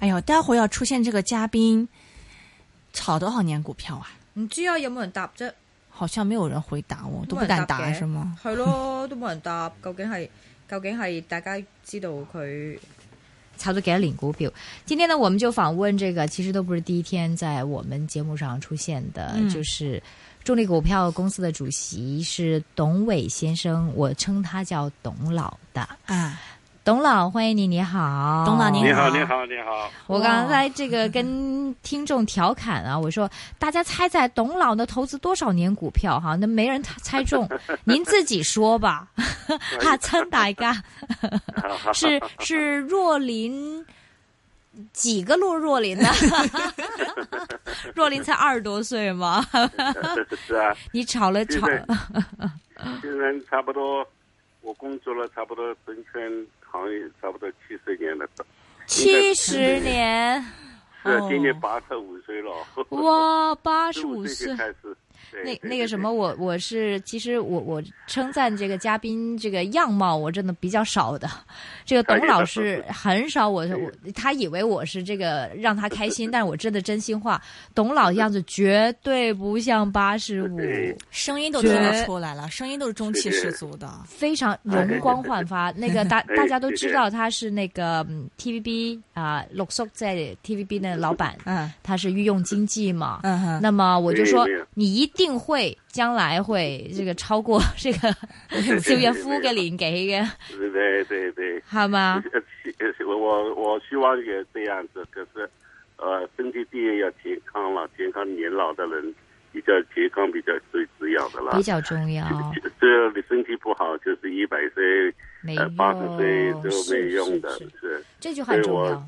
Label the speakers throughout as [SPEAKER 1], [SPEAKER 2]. [SPEAKER 1] 哎呦，待会要出现这个嘉宾，炒多少年股票啊？
[SPEAKER 2] 唔知啊，有冇人答啫？
[SPEAKER 1] 好像没有人回答我，都
[SPEAKER 2] 冇
[SPEAKER 1] 不
[SPEAKER 2] 人
[SPEAKER 1] 敢
[SPEAKER 2] 答
[SPEAKER 1] 答
[SPEAKER 2] 嘅
[SPEAKER 1] 是吗？？
[SPEAKER 2] 係 咯，都冇人答。究竟係究竟係大家知道佢
[SPEAKER 3] 炒作给他领股票。今天呢，我们就访问这个，其实都不是第一天在我们节目上出现的，
[SPEAKER 1] 嗯
[SPEAKER 3] 就是中立股票公司的主席是董伟先生，我称他叫董老的。
[SPEAKER 1] 啊，
[SPEAKER 3] 董老，欢迎你，你好，
[SPEAKER 1] 董老您
[SPEAKER 4] 你
[SPEAKER 3] 哦
[SPEAKER 4] 好，
[SPEAKER 1] 好
[SPEAKER 4] 你好，你 好。
[SPEAKER 3] 我刚才这个跟听众调侃啊，我说大家猜猜董老的投资多少年股票哈？那没人猜 中，您自己说吧， 哈，参大家
[SPEAKER 4] 啊
[SPEAKER 3] 是是若琳几个陆若琳呢？ 若琳才二十多岁嘛，
[SPEAKER 4] 是啊，
[SPEAKER 3] 你炒了
[SPEAKER 4] 现
[SPEAKER 3] 炒
[SPEAKER 4] 在 现在差不多，我工作了差不多证券行业差不多七十年
[SPEAKER 3] 哦
[SPEAKER 4] 了，
[SPEAKER 3] 七十年，
[SPEAKER 4] 是啊今年八十五岁了。
[SPEAKER 3] 哇，八
[SPEAKER 4] 十
[SPEAKER 3] 十五岁
[SPEAKER 4] 岁就。开始。对
[SPEAKER 3] 那
[SPEAKER 4] 对
[SPEAKER 3] 那个
[SPEAKER 4] 对
[SPEAKER 3] 什么，我我是其实我我称赞这个嘉宾这个样貌，我真的比较少的。这个董老师很少我，我他以为我是这个让他开心，但是我真的真心话，董老样子绝对不像八十五，
[SPEAKER 4] 对
[SPEAKER 1] 声音都听得
[SPEAKER 3] 绝
[SPEAKER 1] 出来了，声音都是中气十足的。
[SPEAKER 3] 非常容光焕发。那 个大
[SPEAKER 4] 哎
[SPEAKER 3] 大家都知
[SPEAKER 4] 谢谢
[SPEAKER 3] 道他是那个嗯 TVB 啊、陆叔在 TVB 的老 板，
[SPEAKER 1] 嗯
[SPEAKER 3] 他是御用经济嘛，
[SPEAKER 1] 嗯哼，
[SPEAKER 3] 那么我就说
[SPEAKER 4] 没有没有，
[SPEAKER 3] 你一定会将来会这个超过 这 个邵逸夫嘅年纪嘅，
[SPEAKER 4] 对对对对。
[SPEAKER 3] 好 吗？
[SPEAKER 4] 呃呃我我我希望也这样子，可是，呃，身体第一要健康了，健康年老的人比较健康比较最重要的了
[SPEAKER 3] 比。较哦重要，
[SPEAKER 4] 这你身体不好，就是一百岁、
[SPEAKER 3] 没
[SPEAKER 4] 呃八十岁
[SPEAKER 3] 用，
[SPEAKER 4] 都没
[SPEAKER 3] 哎是
[SPEAKER 4] 用的
[SPEAKER 3] 是是，
[SPEAKER 4] 是。
[SPEAKER 3] 这句话很重要
[SPEAKER 4] 对。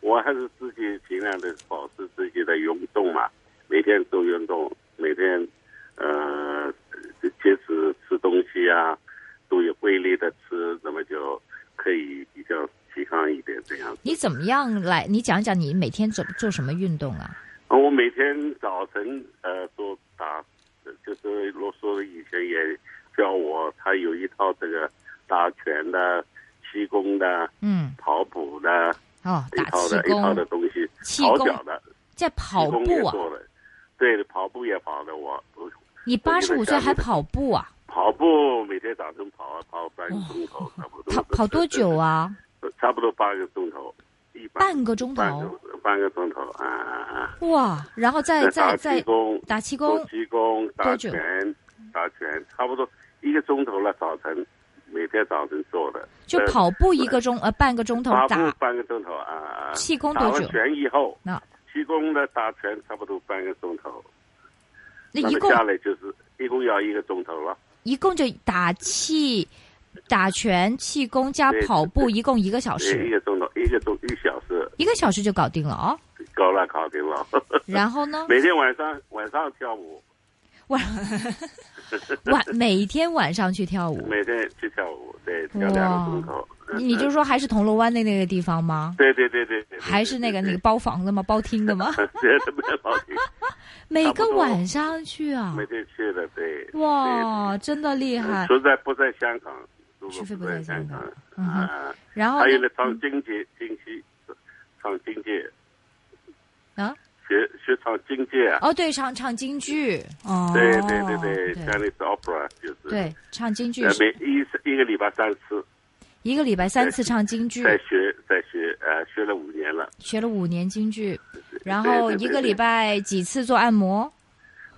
[SPEAKER 4] 我还是自己尽量的保持自己的运动嘛，每天做运动，每天呃节食吃东西啊，都有规律的吃，那么就可以比较健康一点这样子。
[SPEAKER 3] 你怎么样来？你讲讲你每天做做什么运动啊？
[SPEAKER 4] 啊，我每天早晨呃都打，呃就是罗叔以前也教我，他有一套这个打拳的、气功的、
[SPEAKER 3] 嗯，
[SPEAKER 4] 跑步的
[SPEAKER 3] 哦，
[SPEAKER 4] 一
[SPEAKER 3] 打
[SPEAKER 4] 套
[SPEAKER 3] 气
[SPEAKER 4] 的一套的
[SPEAKER 3] 功，
[SPEAKER 4] 东西，
[SPEAKER 3] 气
[SPEAKER 4] 跑
[SPEAKER 3] 功
[SPEAKER 4] 脚的。
[SPEAKER 3] 在跑
[SPEAKER 4] 气功也
[SPEAKER 3] 步啊！
[SPEAKER 4] 做了，对，跑步也跑了。我我
[SPEAKER 3] 你八十五岁还跑步啊？
[SPEAKER 4] 跑步每天早晨跑啊跑半个钟头，差不多。
[SPEAKER 3] 跑跑多久啊？
[SPEAKER 4] 差不多半个钟头，一般
[SPEAKER 3] 半个钟
[SPEAKER 4] 半个
[SPEAKER 3] 头
[SPEAKER 4] 半个钟头啊啊啊！
[SPEAKER 3] 哇！然后再再
[SPEAKER 4] 打气
[SPEAKER 3] 再
[SPEAKER 4] 功，
[SPEAKER 3] 打气
[SPEAKER 4] 做
[SPEAKER 3] 功，
[SPEAKER 4] 气功，打
[SPEAKER 3] 多久
[SPEAKER 4] 拳，打拳，差不多一个钟头了。早晨每天早晨做的，
[SPEAKER 3] 就
[SPEAKER 4] 呃
[SPEAKER 3] 跑步一个钟呃半个钟头
[SPEAKER 4] 跑步
[SPEAKER 3] 打
[SPEAKER 4] 半个钟头啊啊！啊
[SPEAKER 3] 气功
[SPEAKER 4] 打
[SPEAKER 3] 多
[SPEAKER 4] 完
[SPEAKER 3] 久？
[SPEAKER 4] 拳以后
[SPEAKER 3] 那，
[SPEAKER 4] 气功的打拳差不多半个钟头，
[SPEAKER 3] 那
[SPEAKER 4] 那
[SPEAKER 3] 一
[SPEAKER 4] 么
[SPEAKER 3] 共啊
[SPEAKER 4] 下来就是一共要一个钟头了。
[SPEAKER 3] 一共就打气、打拳、气功加
[SPEAKER 4] 对
[SPEAKER 3] 跑步，一共一个小
[SPEAKER 4] 呃一
[SPEAKER 3] 时，
[SPEAKER 4] 个钟头，一个钟一小时
[SPEAKER 3] 一个小时就搞定了 哦。
[SPEAKER 4] 够了，搞定了。
[SPEAKER 3] 然后呢，
[SPEAKER 4] 每天晚上晚上跳舞，
[SPEAKER 3] 晚晚每天晚上去跳舞，
[SPEAKER 4] 每天去跳舞，对，跳
[SPEAKER 3] 哇
[SPEAKER 4] 两个钟头。
[SPEAKER 3] 哦你你就说还是铜锣湾的那个地方吗？
[SPEAKER 4] 对对对对对，对
[SPEAKER 3] 还是那个那个
[SPEAKER 4] 对
[SPEAKER 3] 包房的吗？包厅的吗？
[SPEAKER 4] 对对对，跑题
[SPEAKER 3] 每
[SPEAKER 4] 差
[SPEAKER 3] 个
[SPEAKER 4] 不多
[SPEAKER 3] 晚上去啊
[SPEAKER 4] 每！天去的，对。
[SPEAKER 3] 哇，真的厉害
[SPEAKER 4] 对，！除非不在香港，如
[SPEAKER 3] 除
[SPEAKER 4] 果
[SPEAKER 3] 非不在
[SPEAKER 4] 在
[SPEAKER 3] 香
[SPEAKER 4] 港
[SPEAKER 3] 港，嗯哼嗯
[SPEAKER 4] 啊，
[SPEAKER 3] 然后
[SPEAKER 4] 还有
[SPEAKER 3] 呢
[SPEAKER 4] 呢，唱京剧，京戏，唱京剧，
[SPEAKER 3] 啊，
[SPEAKER 4] 学学唱京剧啊，
[SPEAKER 3] 哦对，唱唱京剧，
[SPEAKER 1] 哦，
[SPEAKER 4] 对对对
[SPEAKER 3] 对
[SPEAKER 4] 对，Chinese opera 就是，
[SPEAKER 3] 对，唱京剧
[SPEAKER 4] 呃，
[SPEAKER 3] 是
[SPEAKER 4] 每一一个礼拜三次，
[SPEAKER 3] 一个礼拜三次唱京剧，
[SPEAKER 4] 在学在学，呃，学了五年了。
[SPEAKER 3] 学了五年京剧，然
[SPEAKER 4] 对
[SPEAKER 3] 后
[SPEAKER 4] 对
[SPEAKER 3] 一
[SPEAKER 4] 对
[SPEAKER 3] 个礼
[SPEAKER 4] 对
[SPEAKER 3] 拜几次做按摩，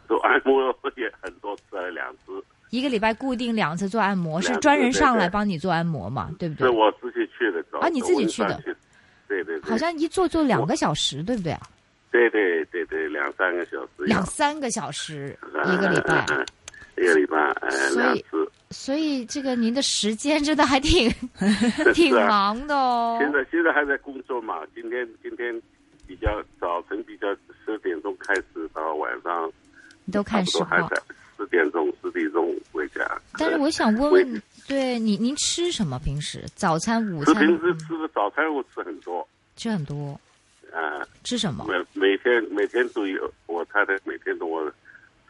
[SPEAKER 4] 做按摩也很多次了，两次。
[SPEAKER 3] 一个礼拜固定两次做按摩，
[SPEAKER 4] 两
[SPEAKER 3] 是
[SPEAKER 4] 次
[SPEAKER 3] 专人
[SPEAKER 4] 对
[SPEAKER 3] 上来
[SPEAKER 4] 对
[SPEAKER 3] 帮你做按摩嘛，对不对
[SPEAKER 4] 是？我自己去的，找
[SPEAKER 3] 啊你自己去的？
[SPEAKER 4] 找温莎对对对，
[SPEAKER 3] 好像一做做两个小时，对不对？
[SPEAKER 4] 对对对对，两三个小时要，
[SPEAKER 3] 两三个小时一个礼拜，
[SPEAKER 4] 嗯，嗯嗯一个礼拜，呃，
[SPEAKER 3] 所以
[SPEAKER 4] 两次，
[SPEAKER 3] 所以这个您的时间真的还 挺挺忙的哦。
[SPEAKER 4] 啊现在现在还在工作嘛，今天今天比较早晨比较十点钟开始到晚上，
[SPEAKER 3] 你都看实
[SPEAKER 4] 差不多还
[SPEAKER 3] 况，
[SPEAKER 4] 在四点钟四点钟回家。
[SPEAKER 3] 哦但是我想问问你，对你您吃什么？平时早餐、午
[SPEAKER 4] 吃
[SPEAKER 3] 餐
[SPEAKER 4] 平时
[SPEAKER 3] 嗯
[SPEAKER 4] 吃的早餐我吃很多，
[SPEAKER 3] 吃很多，
[SPEAKER 4] 啊、
[SPEAKER 3] 吃什么？
[SPEAKER 4] 每每天每天都有，我太太每天都我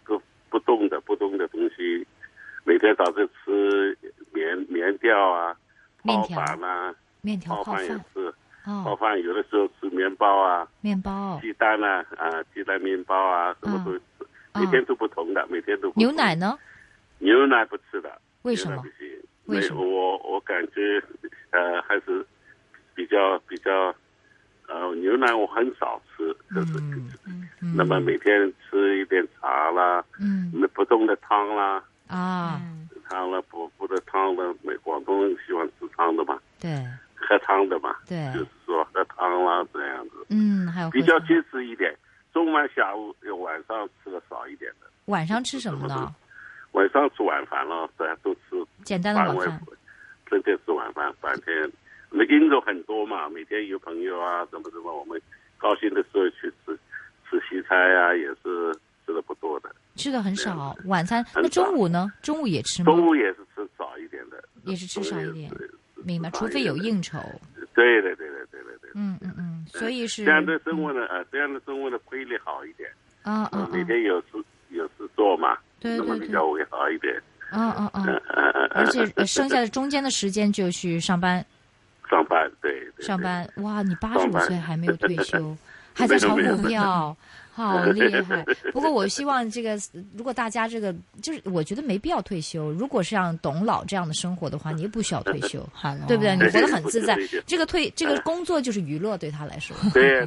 [SPEAKER 4] 个不动的不动的东西，每天早晨吃棉棉条啊，
[SPEAKER 3] 面
[SPEAKER 4] 泡
[SPEAKER 3] 条
[SPEAKER 4] 饭啊，
[SPEAKER 3] 面条
[SPEAKER 4] 泡
[SPEAKER 3] 泡
[SPEAKER 4] 饭也
[SPEAKER 3] 饭
[SPEAKER 4] 是，泡
[SPEAKER 3] 哦，
[SPEAKER 4] 饭有的时候吃面包啊，
[SPEAKER 3] 面包、
[SPEAKER 4] 鸡蛋啊啊，鸡蛋面包啊，什么都吃，
[SPEAKER 3] 嗯
[SPEAKER 4] 每天都不同的，每天都不同
[SPEAKER 3] 牛奶呢？
[SPEAKER 4] 牛奶不吃的，
[SPEAKER 3] 为什么
[SPEAKER 4] 牛奶？不行，
[SPEAKER 3] 为什么
[SPEAKER 4] 没有我我感觉呃还是比较比较呃牛奶我很少吃，就是、
[SPEAKER 3] 嗯嗯
[SPEAKER 4] 那么每天吃一点茶啦，
[SPEAKER 3] 嗯
[SPEAKER 4] 那不动的汤啦，
[SPEAKER 1] 嗯
[SPEAKER 3] 啊，
[SPEAKER 4] 汤了不不的汤了，每广东人喜欢吃汤的嘛，
[SPEAKER 3] 对
[SPEAKER 4] 喝汤的嘛，
[SPEAKER 3] 对
[SPEAKER 4] 就是，说喝汤啦这样子，
[SPEAKER 3] 嗯，还有
[SPEAKER 4] 比
[SPEAKER 3] 喝
[SPEAKER 4] 较
[SPEAKER 3] 汤
[SPEAKER 4] 节制一点。中晚下午晚上吃的少一点的，
[SPEAKER 3] 晚上吃什么呢？
[SPEAKER 4] 晚上吃晚饭了，大家都吃
[SPEAKER 3] 简单的
[SPEAKER 4] 饭
[SPEAKER 3] 晚
[SPEAKER 4] 外
[SPEAKER 3] 饭，
[SPEAKER 4] 这就是晚饭，白天我们应酬很多嘛，每天有朋友啊，什么什么，我们高兴的时候去吃吃西餐啊，也是吃的不多的。
[SPEAKER 3] 吃的很少。晚餐
[SPEAKER 4] 很
[SPEAKER 3] 那中
[SPEAKER 4] 少
[SPEAKER 3] 午呢？中午也吃吗？
[SPEAKER 4] 中午也是吃少一点的，
[SPEAKER 3] 也是吃少一点
[SPEAKER 4] 啊中午也是
[SPEAKER 3] 明白，除非有。应酬。
[SPEAKER 4] 对的，对的，对的，对的。
[SPEAKER 3] 嗯嗯嗯，所以是
[SPEAKER 4] 这样的生活呢，呃，这样的生活呢，规律好一点，
[SPEAKER 3] 啊啊啊
[SPEAKER 4] 每天有事有事做嘛，
[SPEAKER 3] 对
[SPEAKER 4] 那么
[SPEAKER 3] 对
[SPEAKER 4] 比
[SPEAKER 3] 对，
[SPEAKER 4] 较会好一点。
[SPEAKER 3] 啊啊啊！
[SPEAKER 4] 嗯嗯
[SPEAKER 3] 而且呃剩下的中间的时间就去上班，
[SPEAKER 4] 上班，对对。对
[SPEAKER 3] 上。班。哇，你八十
[SPEAKER 4] 上
[SPEAKER 3] 五
[SPEAKER 4] 班
[SPEAKER 3] 岁还没有退 休，还在
[SPEAKER 4] 没有
[SPEAKER 3] 炒
[SPEAKER 4] 没有
[SPEAKER 3] 股 票，好厉害！不过我希望这个，如果大家这个就是，我觉得没必要退休。如果像董老这样的生活的话，你也不需要退休，对不对？你活得很自在
[SPEAKER 4] 哦对对对对。哎
[SPEAKER 3] 这个退这个工作就是娱乐，对他来说。
[SPEAKER 4] 对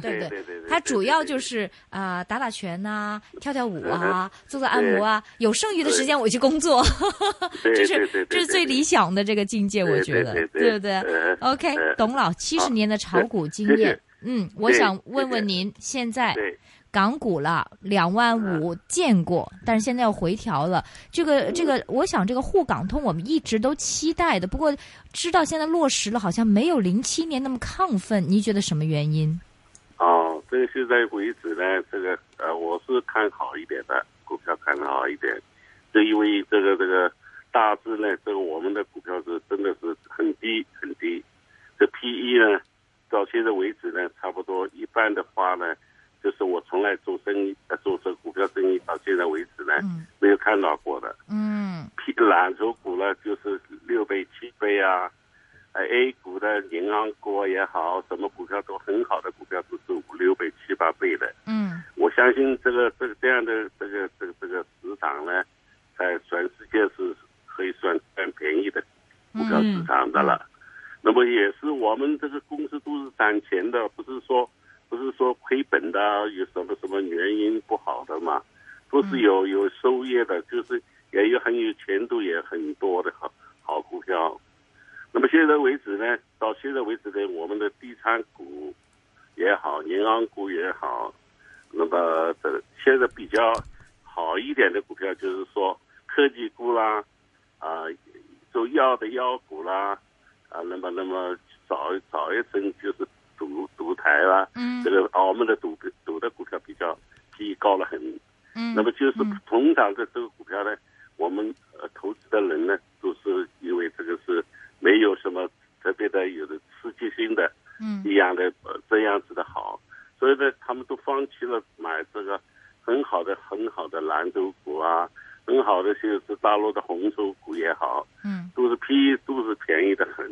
[SPEAKER 3] 对不
[SPEAKER 4] 对对对对。。
[SPEAKER 3] 他主要就是是啊、呃打打拳呐、跳跳舞
[SPEAKER 4] 嗯
[SPEAKER 3] 啊，做做按摩啊，有剩余的时间我去工作，
[SPEAKER 4] 对
[SPEAKER 3] 这
[SPEAKER 4] 对
[SPEAKER 3] 是
[SPEAKER 4] 对对对
[SPEAKER 3] 这是最理想的这个境界，
[SPEAKER 4] 对
[SPEAKER 3] 我觉得
[SPEAKER 4] 对，对
[SPEAKER 3] 不对
[SPEAKER 4] 呃
[SPEAKER 3] ？OK，
[SPEAKER 4] 呃
[SPEAKER 3] 董老七十年的炒股经
[SPEAKER 4] 谢
[SPEAKER 3] 验
[SPEAKER 4] 谢，
[SPEAKER 3] 嗯，我
[SPEAKER 4] 对
[SPEAKER 3] 想
[SPEAKER 4] 谢
[SPEAKER 3] 问问
[SPEAKER 4] 谢
[SPEAKER 3] 您，现在
[SPEAKER 4] 对
[SPEAKER 3] 港股了两万五见过，但是现在要回调了。这个这个，我想这个沪港通我们一直都期待的，不过知道现在落实了，好像没有零七年那么亢奋。您觉得什么原因？
[SPEAKER 4] 哦，这个现在为止呢，这个呃，我是看好一点的股票，看好一点，就因为这个这个大致呢，这个我们的股票是真的是很低很低，这 PE 呢，到现在为止呢，差不多一般的话呢，就是我从来做生意呃做这股票生意到现在为止呢，
[SPEAKER 3] 嗯
[SPEAKER 4] 没有看到过的。
[SPEAKER 3] 嗯。
[SPEAKER 4] P 蓝筹股呢，就是六倍、七倍啊，呃 A 股的银行股也好，什么股票都很好的股票都是五六倍、七八倍的。
[SPEAKER 3] 嗯
[SPEAKER 4] 我相信这个这个这样的这个这个这个市场呢，在全世界是可以算算便宜的股票市场的了。那么也是我们这个公司都是攒钱的，不是说不是说亏本的，有什么什么原因不好的嘛，都是有有收益的，就是也有很有前途，也很多的好好股票。那么现在为止呢，到现在为止呢，我们的地产股也好，银行股也好，那么这现在比较好一点的股票，就是说科技股啦，啊、做药的药股啦，啊，那么那么早早一层就是赌赌台啦，
[SPEAKER 3] 嗯
[SPEAKER 4] 这个澳门的赌赌的股票比较 P 高了很，
[SPEAKER 3] 嗯
[SPEAKER 4] 那么就是通常的这个股票呢，我们呃投资的人呢，都是因为这个是没有什么特别的有的刺激性的，
[SPEAKER 3] 嗯
[SPEAKER 4] 一样的呃这样子的好，所以呢，他们都放弃了买这个很好的很好的蓝筹股啊，很好的就是大陆的红筹股也好，
[SPEAKER 3] 嗯
[SPEAKER 4] 都是 P 都是便宜的很。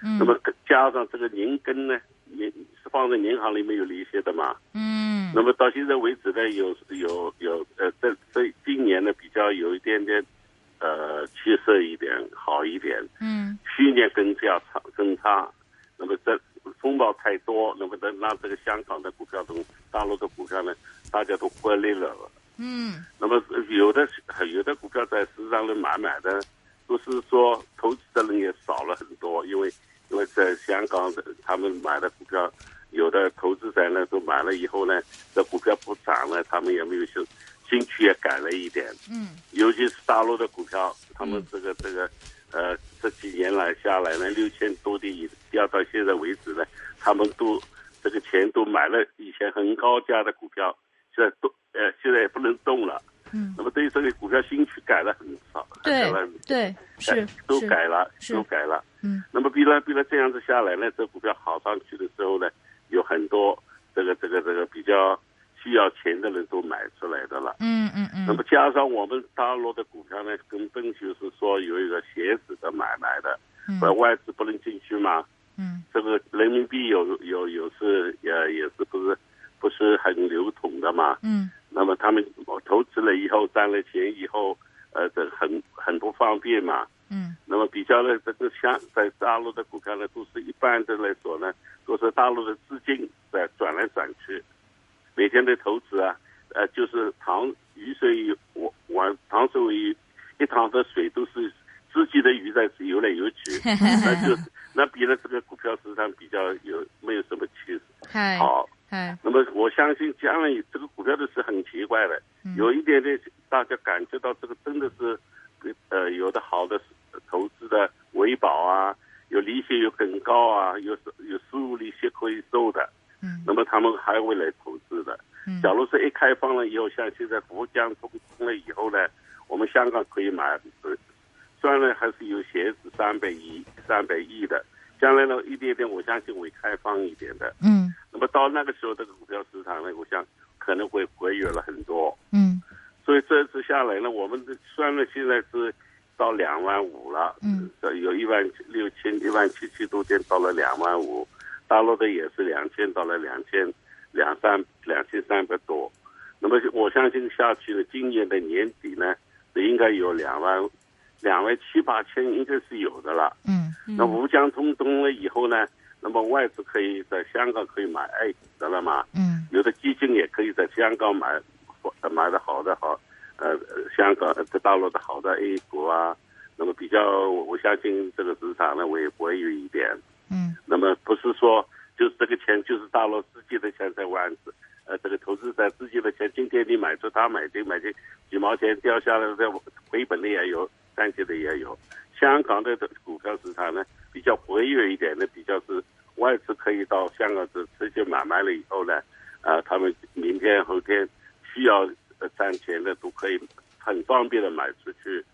[SPEAKER 3] 嗯
[SPEAKER 4] 那么加上这个银根呢，银是放在银行里面有利息的嘛。
[SPEAKER 3] 嗯
[SPEAKER 4] 那么到现在为止呢，有有有呃，这这今年呢比较有一点点，呃，起色一点，好一点。
[SPEAKER 3] 嗯
[SPEAKER 4] 去年更加差更差，那么这风暴太多，那么这让这个香港的股票中，大陆的股票呢，大家都获利了。
[SPEAKER 3] 嗯
[SPEAKER 4] 那么呃有的有的股票在市场上买买的，都是说投资的人也少了很多，因为因为在香港的他们买的股票，有的投资者呢都买了以后呢，这股票不涨了，他们也没有兴兴趣也改了一点。
[SPEAKER 3] 嗯
[SPEAKER 4] 尤其是大陆的股票，他们这个这个，呃，这几年来下来呢，六千多的掉到现在为止呢，他们都这个钱都买了以前很高价的股票，现在都呃现在也不能动了。
[SPEAKER 3] 嗯，
[SPEAKER 4] 那么对于这个股票兴趣改了很少，改
[SPEAKER 3] 对
[SPEAKER 4] 了
[SPEAKER 3] 对
[SPEAKER 4] 改
[SPEAKER 3] 是
[SPEAKER 4] 都
[SPEAKER 3] 是，
[SPEAKER 4] 改了，
[SPEAKER 3] 是
[SPEAKER 4] 都改了。
[SPEAKER 3] 嗯，
[SPEAKER 4] 那么逼了逼了这样子下来呢，这股票好上去的时候呢，有很多这个这个这个比较需要钱的人都买出来的了。
[SPEAKER 3] 嗯嗯
[SPEAKER 4] 那
[SPEAKER 3] 嗯
[SPEAKER 4] 么加上我们大陆的股票呢，根本就是说有一个鞋子的买卖的，
[SPEAKER 3] 嗯
[SPEAKER 4] 外外资不能进去嘛，
[SPEAKER 3] 嗯
[SPEAKER 4] 这个人民币有有有是也也是不是不是很流通的嘛，
[SPEAKER 3] 嗯
[SPEAKER 4] 那么他们投资了以后赚了钱以后，呃，这很很不方便嘛。
[SPEAKER 3] 嗯
[SPEAKER 4] 那么比较呢，这个像在大陆的股票呢，都是一般的来说呢，都是大陆的资金在转来转去，每天的投资啊，呃，就是塘雨水一我我塘水一一塘的水都是自己的鱼在游来游去，那就那比了这个股票市场比较有没有什么气
[SPEAKER 3] 嗨
[SPEAKER 4] 好。
[SPEAKER 3] 嗨
[SPEAKER 4] 那么我相信将来这个股票都是很奇怪的，有一点点大家感觉到这个真的是，呃，有的好的投资的维保啊，有利息有很高啊，有有收入利息可以收的，
[SPEAKER 3] 嗯
[SPEAKER 4] 那么他们还会来投资的。
[SPEAKER 3] 嗯
[SPEAKER 4] 假如是一开放了以后，像现在国疆通通了以后呢，我们香港可以买，呃虽然呢还是有鞋子三百亿、三百亿的，将来呢一点点我相信会开放一点的。
[SPEAKER 3] 嗯
[SPEAKER 4] 那么到那个时候，这个股票市场呢，我想可能会活跃了很多。
[SPEAKER 3] 嗯
[SPEAKER 4] 所以这次下来呢，我们虽然呢现在是到两万五了，
[SPEAKER 3] 嗯，
[SPEAKER 4] 有一万六千、一万七千多点到了两万五，大陆的也是两千到了两千两三两千三百多。那么我相信下去呢，今年的年底呢，应该有两万两万七八千，应该是有的了。
[SPEAKER 3] 嗯
[SPEAKER 4] 那吴江通通了以后呢，那么外资可以在香港可以买 A 股的了嘛？
[SPEAKER 3] 嗯
[SPEAKER 4] 有的基金也可以在香港买，买的好的好，呃，呃香港呃在大陆的好的 A 股啊，那么比较，我我相信这个市场呢，我也不会有一点。
[SPEAKER 3] 嗯
[SPEAKER 4] 那么不是说就是这个钱就是大陆自己的钱在玩子，呃，这个投资者自己的钱，今天你买这他买这买这几毛钱掉下来的回本的也有，赚钱的也有。香港的股票市场呢比较活跃一点的，比较是外资可以到香港这直接买卖了以后呢，呃，他们明天后天需要呃赚钱的都可以很方便的买出去，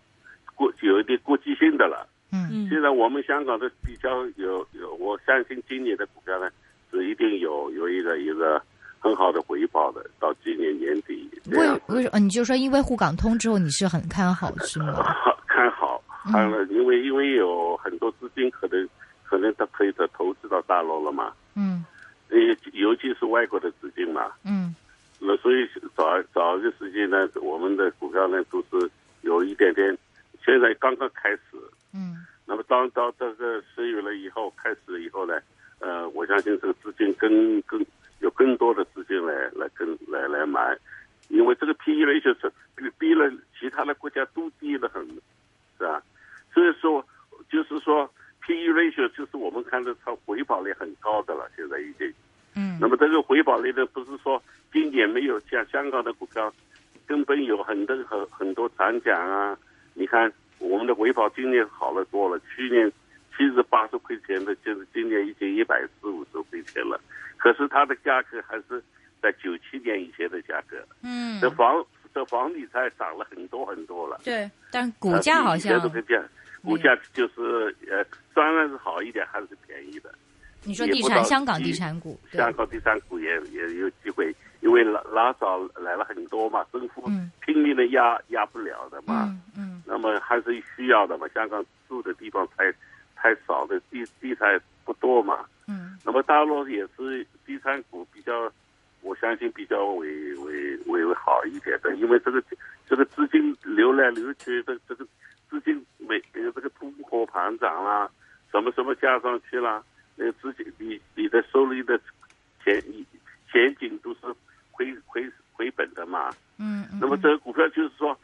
[SPEAKER 4] 过有一点过继性的了。
[SPEAKER 3] 嗯
[SPEAKER 4] 现在我们香港的比较有有，我相信今年的股票呢是一定有有一个一个很好的回报的，到今年年底这
[SPEAKER 3] 为
[SPEAKER 4] 样
[SPEAKER 3] 为什么呃你就说因为沪港通之后你是很看好是吗？
[SPEAKER 4] 好 看好。
[SPEAKER 3] 嗯
[SPEAKER 4] 还有呢，因为因为有很多资金可能可能他可以的投资到大陆了嘛，
[SPEAKER 3] 嗯
[SPEAKER 4] 呃尤其是外国的资金嘛，
[SPEAKER 3] 嗯
[SPEAKER 4] 那所以早早的时间呢，我们的股票呢都是有一点点，现在刚刚开始，
[SPEAKER 3] 嗯
[SPEAKER 4] 那么当到这个十月了以后，开始了以后呢，呃，我相信这个资金更更有更多的资金来来跟来来买，因为这个 PE ratio 是比比了其他的国家都低得很，是吧？所以说就是说 PE ratio 就是我们看到它回报率很高的了，现在已经。
[SPEAKER 3] 嗯
[SPEAKER 4] 那么这个回报率呢，不是说今年没有像香港的股票，根本有很多很很多涨奖啊。你看我们的回报今年好了多了，去年七十八十块钱的，就是今年已经一百四五十块钱了，可是它的价格还是在九七年以前的价格。
[SPEAKER 3] 嗯
[SPEAKER 4] 这房这房地产涨了很多很多了。
[SPEAKER 2] 对，
[SPEAKER 3] 但股价好
[SPEAKER 4] 呃
[SPEAKER 3] 像嗯
[SPEAKER 4] 比以前这个价，股价就是呃，虽然是好一点，还是便宜的。
[SPEAKER 3] 你说地产，香港地产股，对，
[SPEAKER 4] 香港第三股也也有机会，因为拉拉早来了很多嘛，政府
[SPEAKER 3] 嗯
[SPEAKER 4] 拼命的压压不了的嘛，
[SPEAKER 3] 嗯嗯
[SPEAKER 4] 那么还是需要的嘛。香港住的地方太太少的地地才不多嘛，
[SPEAKER 3] 嗯
[SPEAKER 4] 那么大陆也是第三股比较，我相信比较为为为好一点的，因为这个这个资金流来流去，这这个资金每呃这个通货膨胀啦，什么什么加上去啦，那个资金你你的收入的前前景都是回回回本的嘛。
[SPEAKER 3] 嗯嗯，
[SPEAKER 4] 那么这个股票就是说，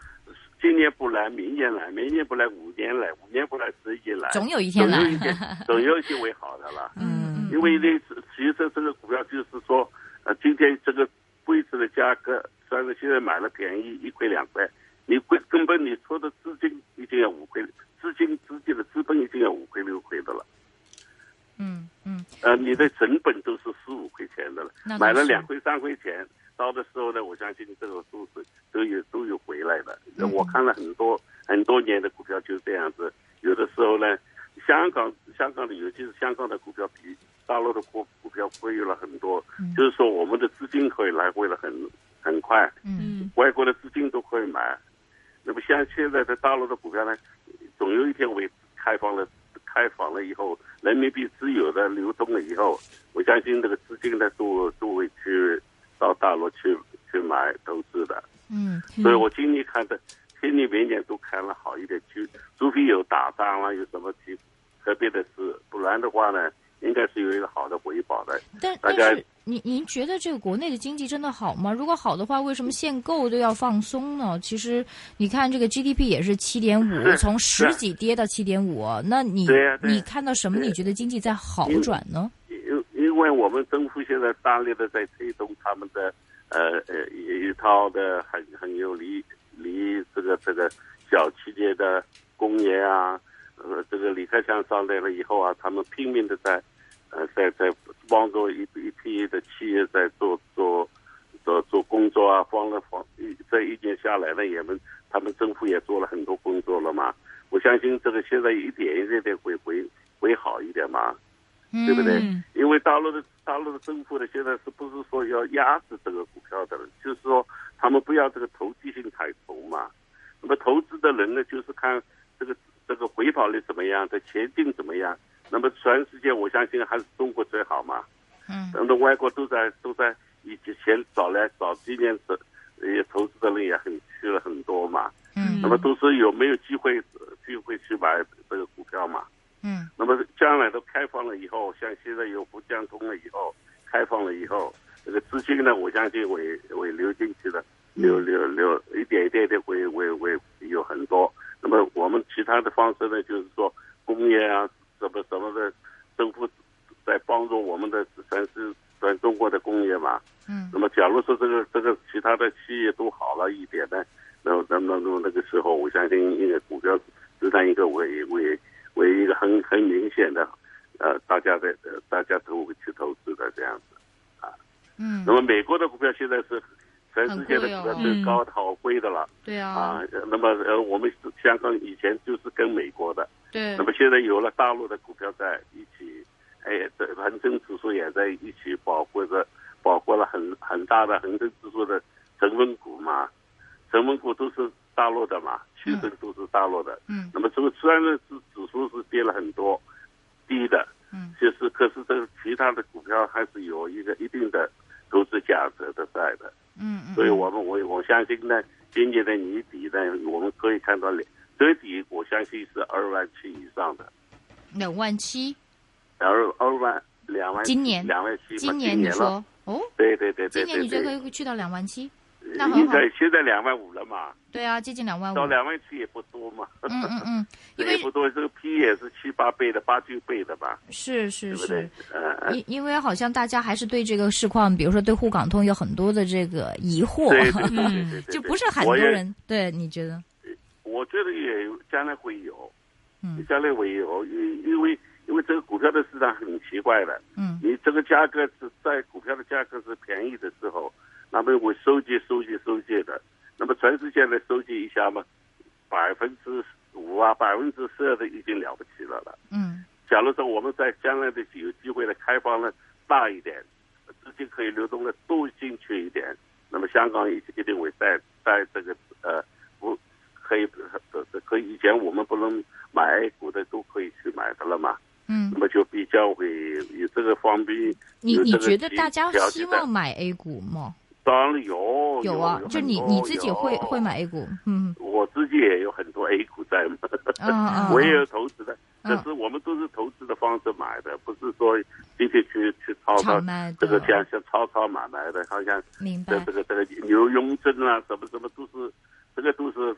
[SPEAKER 4] 今年不来，明年来，明年不来，五年来，五年不来，十年来，
[SPEAKER 3] 总有一天来
[SPEAKER 4] 总有一天，总有一天会好的啦。
[SPEAKER 3] 嗯嗯
[SPEAKER 4] 因为那次其实这个股票就是说，呃，今天这个位置的价格，虽然现在买了便宜一块两块，你根根本你说的资金已经要五块，资金资金的资本已经要五块六块的了，
[SPEAKER 3] 嗯嗯，
[SPEAKER 4] 呃，你的成本都是十五块钱的了
[SPEAKER 3] 那，倒
[SPEAKER 4] 买了
[SPEAKER 3] 是
[SPEAKER 4] 两块三块钱，到的时候呢，我相信这个数字都有都有回来的。呃
[SPEAKER 3] 嗯
[SPEAKER 4] 我看了很多很多年的股票就是这样子，有的时候呢，香港香港的尤其是香港的股票比大陆的股股票贵了很多，就是说我们的资金可以来回了很很快，
[SPEAKER 3] 嗯，
[SPEAKER 4] 外国的资金都可以买。那么像现在的大陆的股票呢，总有一天会开放了，开放了以后，人民币自由的流通了以后，我相信这个资金呢都都会去到大陆去去买投资的。
[SPEAKER 3] 嗯
[SPEAKER 4] 所以我今年看的，今年明年都看了好一点，就除非有打仗啊了，有什么其特别的事，不然的话呢，应该是有一个好的回报的。
[SPEAKER 3] 但
[SPEAKER 4] 大
[SPEAKER 3] 但
[SPEAKER 4] 家
[SPEAKER 3] 是您您觉得这个国内的经济真的好吗？如果好的话，为什么限购都要放松呢？其实你看这个 GDP 也是七点五，
[SPEAKER 4] 是
[SPEAKER 3] 从
[SPEAKER 4] 是
[SPEAKER 3] 十几跌到七点五，那你
[SPEAKER 4] 对呀对呀
[SPEAKER 3] 你看到什么？
[SPEAKER 4] 对
[SPEAKER 3] 你觉得经济在好
[SPEAKER 4] 因为
[SPEAKER 3] 转呢？
[SPEAKER 4] 因因为我们政府现在大力的在推动他们的呃呃一一套的很很有利利这个这个小企业的工业啊，呃这个李克强上来了以后啊，他们拼命的在呃在在帮助一一批的企业在做做做做工作啊，帮了帮一这一年下来呢，也们他们政府也做了很多工作了嘛，我相信这个现在一点一点的会会会好一点嘛。对不对？因为大陆的大陆的政府呢，现在是不是说要压制这个股票的人？就是说他们不要这个投机性太重嘛。那么投资的人呢，就是看这个这个回报率怎么样，的前景怎么样。那么全世界，我相信还是中国最好嘛。
[SPEAKER 3] 嗯
[SPEAKER 4] 那么外国都在都在以前早来早几年是，也投资的人也很去了很多嘛。
[SPEAKER 3] 嗯
[SPEAKER 4] 那么都是有没有机会呃机会去买这个股票嘛？
[SPEAKER 3] 嗯
[SPEAKER 4] 那么将来都开放了以后，像现在有沪江通了以后，开放了以后，这个资金呢，我相信会会流进去的，流流流，一点一点的会会会有很多。那么我们其他的方式呢，就是说工业啊，什么什么的，政府在帮助我们的全是全中国的工业嘛。
[SPEAKER 3] 嗯
[SPEAKER 4] 那么假如说这个这个其他的企业都好了一点呢，那那那那那个时候，我相信一个股票市场一个为为为一个很很明显的，呃，大家的呃大家都会去投资的这样子。啊
[SPEAKER 3] 嗯
[SPEAKER 4] 那么美国的股票现在是全世界的股票
[SPEAKER 3] 很嗯
[SPEAKER 1] 贵哦
[SPEAKER 4] 最高的好贵的了、
[SPEAKER 3] 对
[SPEAKER 4] 啊，呃那么呃我们香港以前就是跟美国的，
[SPEAKER 3] 对
[SPEAKER 4] 那么现在有了大陆的股票在一起，哎，这恒生指数也在一起，包括着包括了很很大的恒生指数的成分股嘛，成分股都是大陆的嘛，区分都是大陆的。
[SPEAKER 3] 嗯
[SPEAKER 4] 那么这个虽然是指数是跌了很多，低的，
[SPEAKER 3] 嗯，
[SPEAKER 4] 就是可是这个其他的股票还是有一个一定的投资价值的在的。
[SPEAKER 3] 嗯嗯
[SPEAKER 4] 所以我们我我相信呢，今年的年底呢，我们可以看到两最底，我相信是二万七以上的，
[SPEAKER 3] 两万七，
[SPEAKER 4] 二二万两万七，
[SPEAKER 3] 今年
[SPEAKER 4] 两万七嘛，
[SPEAKER 3] 今
[SPEAKER 4] 年
[SPEAKER 3] 你
[SPEAKER 4] 了，
[SPEAKER 3] 说哦，
[SPEAKER 4] 对对对对
[SPEAKER 3] 今年
[SPEAKER 4] 对
[SPEAKER 3] 你觉得可
[SPEAKER 4] 对，
[SPEAKER 3] 以去到两万七？那很
[SPEAKER 4] 应
[SPEAKER 3] 好
[SPEAKER 4] 该现在两万五了嘛，
[SPEAKER 3] 对啊，接近两万五
[SPEAKER 4] 到。两万七也不多嘛，
[SPEAKER 3] 嗯 嗯嗯，因
[SPEAKER 4] 也
[SPEAKER 3] 为
[SPEAKER 4] 不多，这个 P 也是七八倍的、八九倍的吧，
[SPEAKER 3] 是
[SPEAKER 4] 对
[SPEAKER 3] 是
[SPEAKER 4] 不
[SPEAKER 3] 是
[SPEAKER 4] 对。？嗯嗯。
[SPEAKER 3] 因因为好像大家还是对这个市况，比如说对沪港通有很多的这个疑惑，
[SPEAKER 4] 对对对对对对对，
[SPEAKER 3] 嗯就不是很多
[SPEAKER 4] 我也
[SPEAKER 3] 人对你觉得，
[SPEAKER 4] 我觉得也有将来会有，
[SPEAKER 3] 嗯
[SPEAKER 4] 将来会有，因因为因为这个股票的市场很奇怪的，
[SPEAKER 3] 嗯
[SPEAKER 4] 你这个价格是在股票的价格是便宜的时候，那么我收集收集收集的，那么全世界来收集一下嘛，百分之五啊，百分之十二的已经了不起了了。
[SPEAKER 3] 嗯
[SPEAKER 4] 假如说我们在将来的有机会呢，开放了大一点，资金可以流动的多进去一点，那么香港一一定会在在这个呃不可以呃可以以前我们不能买 A 股的都可以去买的了嘛，
[SPEAKER 3] 嗯
[SPEAKER 4] 那，么就比较会有这个方面。
[SPEAKER 3] 你
[SPEAKER 4] 有
[SPEAKER 3] 你
[SPEAKER 4] 这个
[SPEAKER 3] 觉得
[SPEAKER 4] 条
[SPEAKER 3] 大家
[SPEAKER 4] 条
[SPEAKER 3] 希
[SPEAKER 4] 件
[SPEAKER 3] 望买 A 股吗？
[SPEAKER 4] 当然哦有
[SPEAKER 3] 有啊，就你你自己会会。
[SPEAKER 4] 很多有
[SPEAKER 3] 买 A 股，嗯
[SPEAKER 4] 我自己也有很多 A 股在买，
[SPEAKER 3] 啊 啊，
[SPEAKER 4] 我
[SPEAKER 3] 啊
[SPEAKER 4] 也有投资的，
[SPEAKER 3] 嗯
[SPEAKER 4] 可是我们都是投资的方式买的，不是说今天去去操
[SPEAKER 3] 炒
[SPEAKER 4] 作
[SPEAKER 3] 卖
[SPEAKER 4] 这个
[SPEAKER 3] 的
[SPEAKER 4] 像像超超买卖的，好像
[SPEAKER 3] 明
[SPEAKER 4] 这
[SPEAKER 3] 白
[SPEAKER 4] 这，个这个牛佣证啊，什么什么都是，这个都是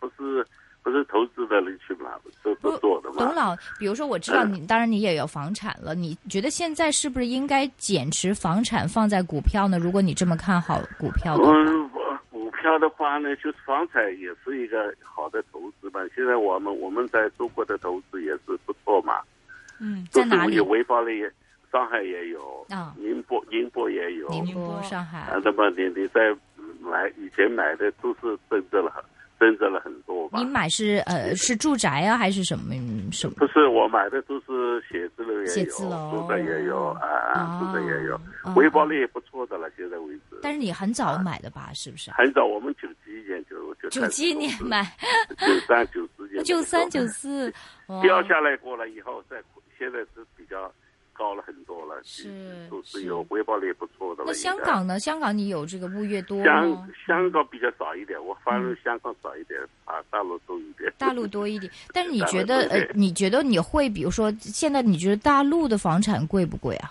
[SPEAKER 4] 不是不是投资的人去买，都
[SPEAKER 3] 不
[SPEAKER 4] 都做的
[SPEAKER 3] 董
[SPEAKER 4] 嘛。
[SPEAKER 3] 老，比如说我知道你，当然你也有房产了，你觉得现在是不是应该减持房产放在股票呢？如果你这么看好股票的话，
[SPEAKER 4] 嗯，我股票票的话呢，就是房产也是一个好的投资嘛。现在我们我们在中国的投资也是不错嘛，
[SPEAKER 1] 嗯，
[SPEAKER 4] 都
[SPEAKER 3] 在
[SPEAKER 4] 是
[SPEAKER 3] 哪里
[SPEAKER 4] 有？回报率也，上海也有，
[SPEAKER 3] 啊
[SPEAKER 4] 宁波宁波也有，
[SPEAKER 3] 宁
[SPEAKER 1] 宁
[SPEAKER 3] 波、
[SPEAKER 1] 波
[SPEAKER 3] 上海
[SPEAKER 4] 啊，，那么你你在买以前买的都是增值了很，增值了很多吧
[SPEAKER 3] 你？买是呃是住宅啊，还是什么嗯什么？
[SPEAKER 4] 不是，我买的都是写字楼也
[SPEAKER 3] 写
[SPEAKER 4] 有，
[SPEAKER 3] 字楼
[SPEAKER 4] 住宅也有，啊，啊住宅也有，
[SPEAKER 3] 哦
[SPEAKER 4] 回报率也不错的了，现在为止。
[SPEAKER 3] 但是你很早买的吧？是不是？
[SPEAKER 4] 很早，我们九七年就就
[SPEAKER 3] 九七年
[SPEAKER 4] 呃
[SPEAKER 3] 买，
[SPEAKER 4] 九三九四年
[SPEAKER 3] 九三九四，哦哇
[SPEAKER 4] 掉呃下来过了以后，再现在是比较高了很多了，
[SPEAKER 3] 是
[SPEAKER 4] 都
[SPEAKER 3] 是
[SPEAKER 4] 是有回报率也不错的了。
[SPEAKER 3] 那香
[SPEAKER 4] 应该
[SPEAKER 3] 港呢？香港你有这个物业多吗
[SPEAKER 4] 香？香港比较少一点，我发现香港少一点，啊，大陆多一点。
[SPEAKER 3] 大陆多一点， 但是你
[SPEAKER 4] 大陆
[SPEAKER 3] 觉得
[SPEAKER 4] 多
[SPEAKER 3] 呃
[SPEAKER 4] 一点，
[SPEAKER 3] 你觉得你会比如说现在你觉得大陆的房产贵不贵啊？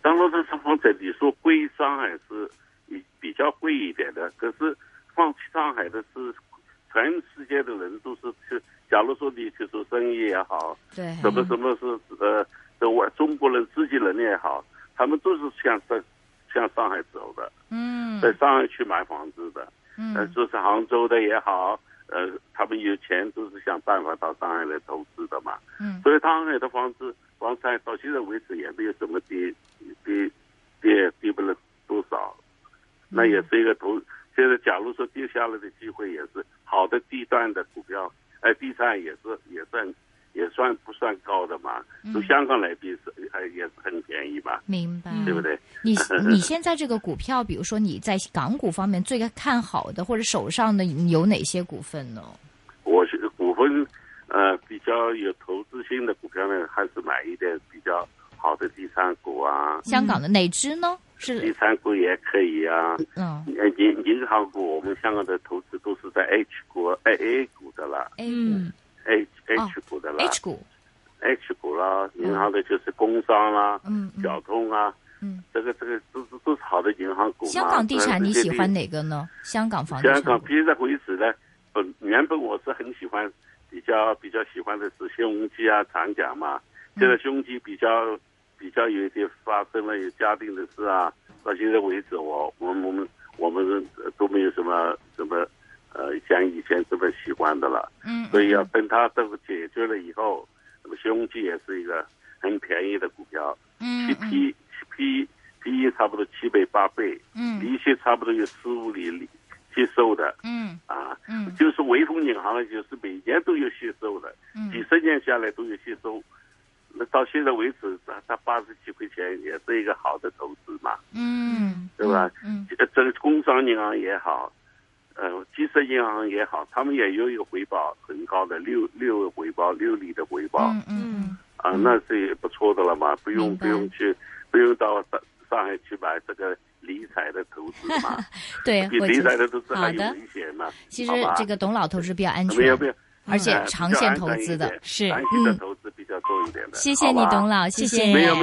[SPEAKER 4] 当然，这房产你说归上海是比比较贵一点的，可是放去上海的是全世界的人都是去，假如说你去做生意也好，
[SPEAKER 3] 对，
[SPEAKER 4] 什么什么是呃，这外中国人自己人也好，他们都是向上向上海走的，
[SPEAKER 3] 嗯
[SPEAKER 4] 在上海去买房子的，呃，
[SPEAKER 3] 嗯
[SPEAKER 4] 就是杭州的也好，呃，他们有钱都是想办法到上海来投资的嘛。
[SPEAKER 3] 嗯，
[SPEAKER 4] 所以上海的房子房产到现在为止也没有怎么跌跌跌跌不了多少，那也是一个投。现在假如说跌下来的机会也是好的地段的股票，哎、地产也是也算也算不算高的嘛？从香港来比是还也是很便宜嘛，
[SPEAKER 3] 明白。
[SPEAKER 4] 对不对？
[SPEAKER 3] 你你现在这个股票，比如说你在港股方面最看好的，或者手上的有哪些股份呢？
[SPEAKER 4] 我是股份，呃，比较有投资性的股票呢，还是买一点比较好的地产股啊，
[SPEAKER 3] 香港的哪只呢？
[SPEAKER 4] 地
[SPEAKER 3] 是
[SPEAKER 4] 产股也可以啊。
[SPEAKER 3] 嗯
[SPEAKER 4] 呃，银银行股，我们香港的投资都是在 H 股、A A 股的啦
[SPEAKER 3] ，A
[SPEAKER 1] 嗯
[SPEAKER 3] 股
[SPEAKER 4] ，H
[SPEAKER 3] 哦
[SPEAKER 4] H 股的啦、
[SPEAKER 3] H 股，
[SPEAKER 4] h 股啦，银行的就是工商啦、
[SPEAKER 3] 嗯嗯
[SPEAKER 4] 交通啊，
[SPEAKER 3] 嗯，
[SPEAKER 4] 这个这个都是都是好的银行股嘛。呃
[SPEAKER 3] 香港地产你喜欢
[SPEAKER 4] 哪？
[SPEAKER 3] 哪个呢？香港房地产
[SPEAKER 4] 香港现在为止呢，本原本我是很喜欢，比较比较喜欢的是胸肌啊、长江嘛。
[SPEAKER 3] 嗯
[SPEAKER 4] 现在胸肌比较比较有一些发生了有家庭的事啊，到现在为止我，我们我们我们都没有什么什么呃像以前这么喜欢的了。
[SPEAKER 3] 嗯，
[SPEAKER 4] 所以要等它这个解决了以后，那么胸肌也是一个很便宜的股票，
[SPEAKER 3] 嗯
[SPEAKER 4] 七 P 七 P P E 差不多七倍八倍，
[SPEAKER 3] 嗯
[SPEAKER 4] 离去差不多有十五厘里接收的。
[SPEAKER 3] 嗯
[SPEAKER 4] 啊，
[SPEAKER 3] 嗯
[SPEAKER 4] 就是潍坊银行就是每年都有吸收的，几
[SPEAKER 3] 嗯
[SPEAKER 4] 十年下来都有吸收。那到现在为止，它它八十几块钱也是一个好的投资嘛。
[SPEAKER 3] 嗯，
[SPEAKER 4] 对吧
[SPEAKER 3] 嗯？
[SPEAKER 4] 这个这个工商银行也好，呃，建设银行也好，他们也有一个回报很高的六六个回报六厘的回报、
[SPEAKER 3] 嗯嗯嗯
[SPEAKER 4] 啊，那是也不错的了嘛，不用
[SPEAKER 3] 明白
[SPEAKER 4] 不用去不用到上上海去买这个理财的投资 嘛，
[SPEAKER 3] 嗯，对，
[SPEAKER 4] 比
[SPEAKER 3] 我
[SPEAKER 4] 理
[SPEAKER 3] 觉
[SPEAKER 4] 财
[SPEAKER 3] 得
[SPEAKER 4] 的投资还
[SPEAKER 3] 好
[SPEAKER 4] 有
[SPEAKER 3] 的
[SPEAKER 4] 危险嘛。
[SPEAKER 3] 其实
[SPEAKER 4] 好吧
[SPEAKER 3] 这个董老头是比较安
[SPEAKER 4] 我们要
[SPEAKER 3] 全
[SPEAKER 4] 不，要？
[SPEAKER 3] 而且
[SPEAKER 4] 哎
[SPEAKER 3] 长线投资的。
[SPEAKER 1] 是
[SPEAKER 4] 长期的投资比较多一点的。
[SPEAKER 3] 谢谢你，
[SPEAKER 4] 好吧
[SPEAKER 3] 董老，谢
[SPEAKER 1] 谢
[SPEAKER 3] 谢
[SPEAKER 1] 谢
[SPEAKER 3] 你。
[SPEAKER 4] 没有没有